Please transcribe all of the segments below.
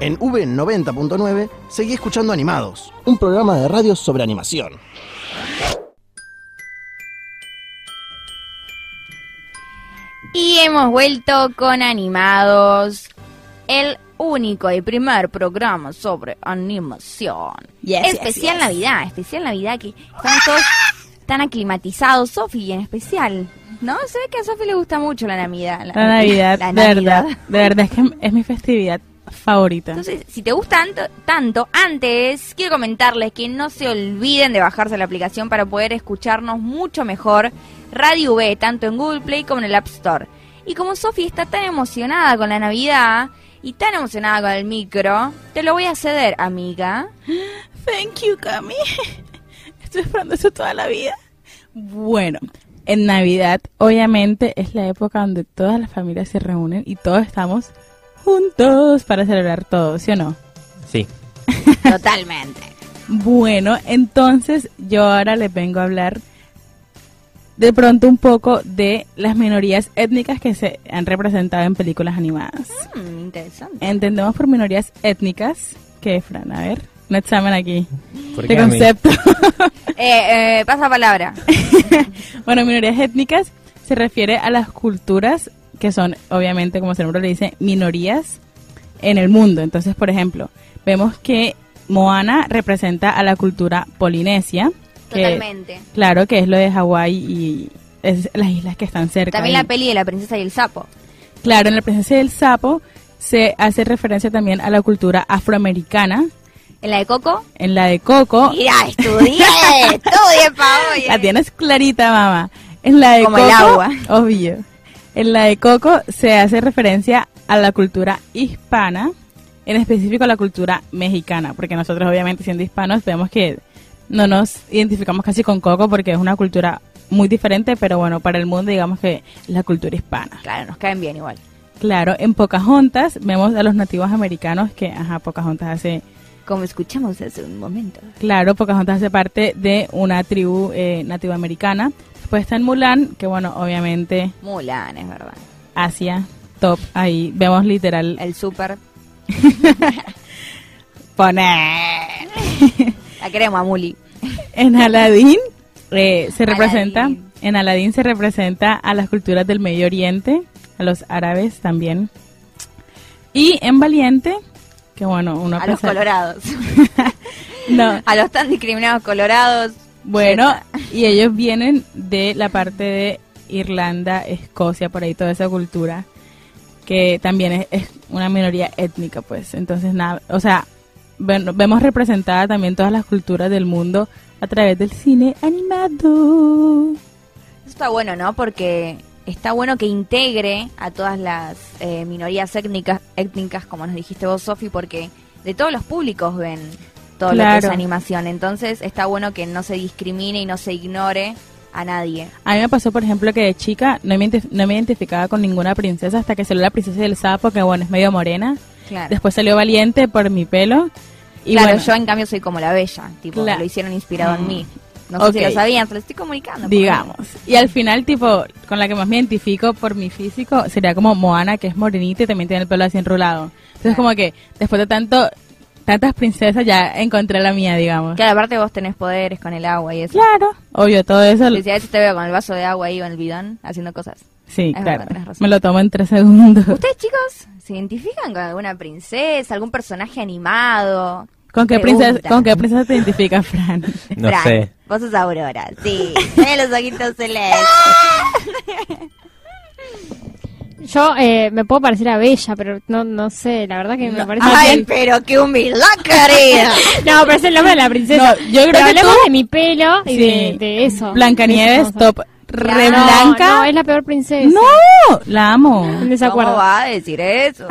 En V90.9 seguí escuchando Animados, un programa de radio sobre animación. Y hemos vuelto con Animados, el único y primer programa sobre animación. Yes, yes, especial yes. Navidad, especial Navidad, que están todos tan aclimatizados, Sofi en especial. No, sé que a Sofi le gusta mucho la Navidad. La Navidad, la de Navidad. verdad, de verdad es que es mi festividad favorita. Entonces, si te gusta tanto, tanto, antes quiero comentarles que no se olviden de bajarse la aplicación para poder escucharnos mucho mejor Radio V, tanto en Google Play como en el App Store. Y como Sofi está tan emocionada con la Navidad y tan emocionada con el micro, te lo voy a ceder, amiga. Thank you, Cami. Estoy esperando eso toda la vida. Bueno, en Navidad, obviamente, es la época donde todas las familias se reúnen y todos estamos juntos para celebrar todo, ¿sí o no? Sí. Totalmente. Bueno, entonces yo ahora les vengo a hablar de pronto un poco de las minorías étnicas que se han representado en películas animadas. Hmm, interesante. Entendemos por minorías étnicas que, Fran, a ver, un examen aquí ¿Por de qué a mí? concepto. Eh, eh, pasa palabra. Bueno, minorías étnicas se refiere a las culturas que son, obviamente, como su nombre le dice, minorías en el mundo. Entonces, por ejemplo, vemos que Moana representa a la cultura polinesia. que- Totalmente. Claro, que es lo de Hawái y es las islas que están cerca. También ahí. la peli de la princesa y el sapo. Claro, en la presencia del sapo se hace referencia también a la cultura afroamericana. En la de Coco. En la de Coco, Mira, estudié, estudié pa' hoy. la tienes clarita, mamá. En la de Como el Coco, agua. obvio. En la de Coco se hace referencia a la cultura hispana, en específico a la cultura mexicana, porque nosotros obviamente siendo hispanos vemos que no nos identificamos casi con Coco porque es una cultura muy diferente, pero bueno, para el mundo digamos que es la cultura hispana. Claro, nos caen bien igual. Claro, en Pocahontas vemos a los nativos americanos que, ajá, Pocahontas hace, Como escuchamos hace un momento. claro, Pocahontas hace parte de una tribu eh, nativa americana. Después está en Mulan, que bueno, obviamente Mulan, es verdad. Asia, top, ahí vemos literal El súper. poner. La queremos a Muli. En Aladdin eh, se representa, Aladdin. en Aladdin se representa a las culturas del Medio Oriente, a los árabes también. Y en Valiente, que bueno, uno a los pensar- colorados. No, a los tan discriminados colorados. Bueno, y ellos vienen de la parte de Irlanda, Escocia, por ahí toda esa cultura, que también es, es una minoría étnica, pues. Entonces, nada, o sea, ven- vemos representada también todas las culturas del mundo a través del cine animado. Eso está bueno, ¿no? Porque está bueno que integre a todas las eh, minorías étnicas, étnicas, como nos dijiste vos, Sofi, porque de todos los públicos ven todo lo que Claro. es animación. Entonces está bueno que no se discrimine y no se ignore a nadie. A mí me pasó, por ejemplo, que de chica no me, identif- no me identificaba con ninguna princesa hasta que salió la princesa del sapo, que bueno, es medio morena. Claro. Después salió Valiente por mi pelo. Y claro, bueno, yo en cambio soy como la bella, tipo, Cla- lo hicieron inspirado en Mm. mí. No sé si Ok. lo sabían, se lo estoy comunicando. por digamos. Y al final, tipo, con la que más me identifico por mi físico sería como Moana, que es morenita y también tiene el pelo así enrulado. Entonces, Claro. como que después de tanto tantas princesas, ya encontré la mía, digamos. Claro, aparte vos tenés poderes con el agua y eso. Claro, obvio, todo eso. Y si a veces te veo con el vaso de agua ahí o en el bidón haciendo cosas. Sí, es verdad, claro. tenés razón. Me lo tomo en tres segundos. ¿Ustedes, chicos, se identifican con alguna princesa, algún personaje animado? ¿Con qué, Pregunta. princesa, ¿Con qué princesa te identificas, Fran? No Fran, sé. Vos sos Aurora, sí. Tenés los ojitos celestes. Yo eh, me puedo parecer a Bella, pero no, no sé, la verdad que me parece... Ay, pero qué humildad, querida. No, pero es el nombre de la princesa. No, yo creo Pero que hablemos tú- de mi pelo y Sí. de, de eso. Blancanieves, De esas top. cosas. Re No, blanca. No, es la peor princesa. No, la amo. En ¿Cómo desacuerdo. va a decir eso?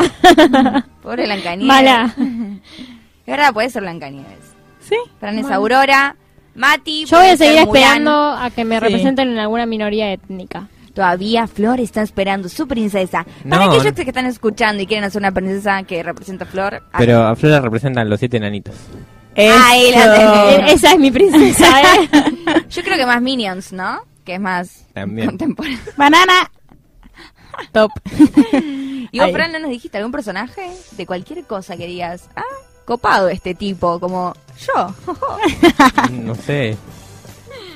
Pobre Blancanieves. Mala. Es verdad, puede ser Blancanieves. Sí. Fran es Aurora. Mati. Yo voy puede a ser Mulan. seguir esperando a que me Sí. representen en alguna minoría étnica. Todavía Flor está esperando su princesa. Para No. aquellos que están escuchando y quieren hacer una princesa que representa a Flor. ah, Pero a Flora representan los siete enanitos. Ahí la Eso. tenés. Eh, Esa es mi princesa, ¿eh? ah, Yo creo que más Minions, ¿no? Que es más También. contemporáneo. Banana. Top. Y vos, Ay. Fran, ¿no nos dijiste algún personaje de cualquier cosa que digas? Ah, copado este tipo, como yo. No sé.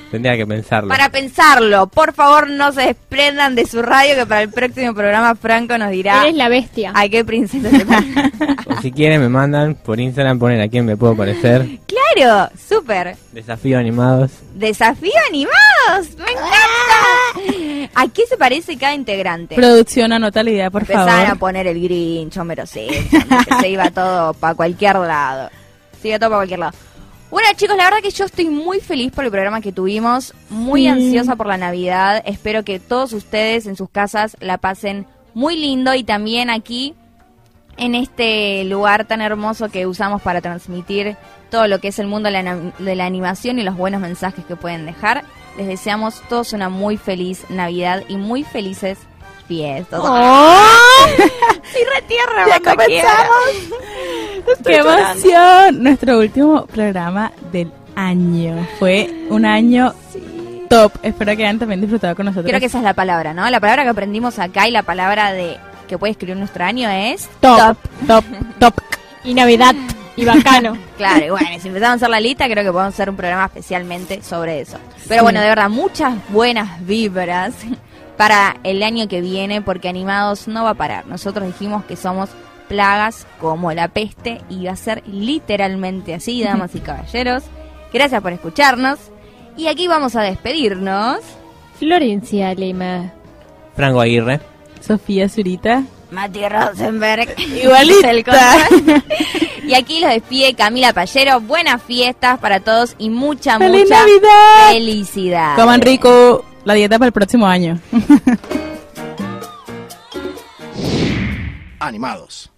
Tendría que pensarlo. Para pensarlo, por favor, no se desprendan de su radio que para el próximo programa Franco nos dirá eh. Eres la bestia. a qué princesa se parece. O si quieren, me mandan por Instagram, ponen a quién me puedo parecer. Claro, súper. Desafío animados. Desafío animados, me encanta. Ah. ¿A qué se parece cada integrante? Producción, anota la idea, por Empezaban a favor. poner el Grinch, Homero Simpson, que se iba todo para cualquier lado. Se iba todo para cualquier lado. Bueno, chicos, la verdad que yo estoy muy feliz por el programa que tuvimos, muy Sí. ansiosa por la Navidad. Espero que todos ustedes en sus casas la pasen muy lindo y también aquí en este lugar tan hermoso que usamos para transmitir todo lo que es el mundo de la, na- de la animación y los buenos mensajes que pueden dejar. Les deseamos todos una muy feliz Navidad y muy felices fiestas. Sí, retierra, ¡Oh! ¡Ya cuando comenzamos! ¡Qué emoción! Nuestro último programa del año. Fue un año top. Espero que hayan también disfrutado con nosotros. Creo que esa es la palabra, ¿no? La palabra que aprendimos acá y la palabra de que puede escribir nuestro año es Top. Top, top. Y Navidad. Y bacano. Claro, y bueno, si empezamos a hacer la lista, creo que podemos hacer un programa especialmente sobre eso. Pero bueno, de verdad, muchas buenas vibras para el año que viene, porque Animados no va a parar. Nosotros dijimos que somos plagas como la peste y va a ser literalmente así, damas y caballeros. Gracias por escucharnos. Y aquí vamos a despedirnos. Florencia Lima. Franco Aguirre. Sofía Zurita. Mati Rosenberg. Igualita. El control. y aquí los despide Camila Pallero. Buenas fiestas para todos y mucha, ¡Feliz mucha Navidad! felicidad. Coman rico. La dieta para el próximo año. Animados.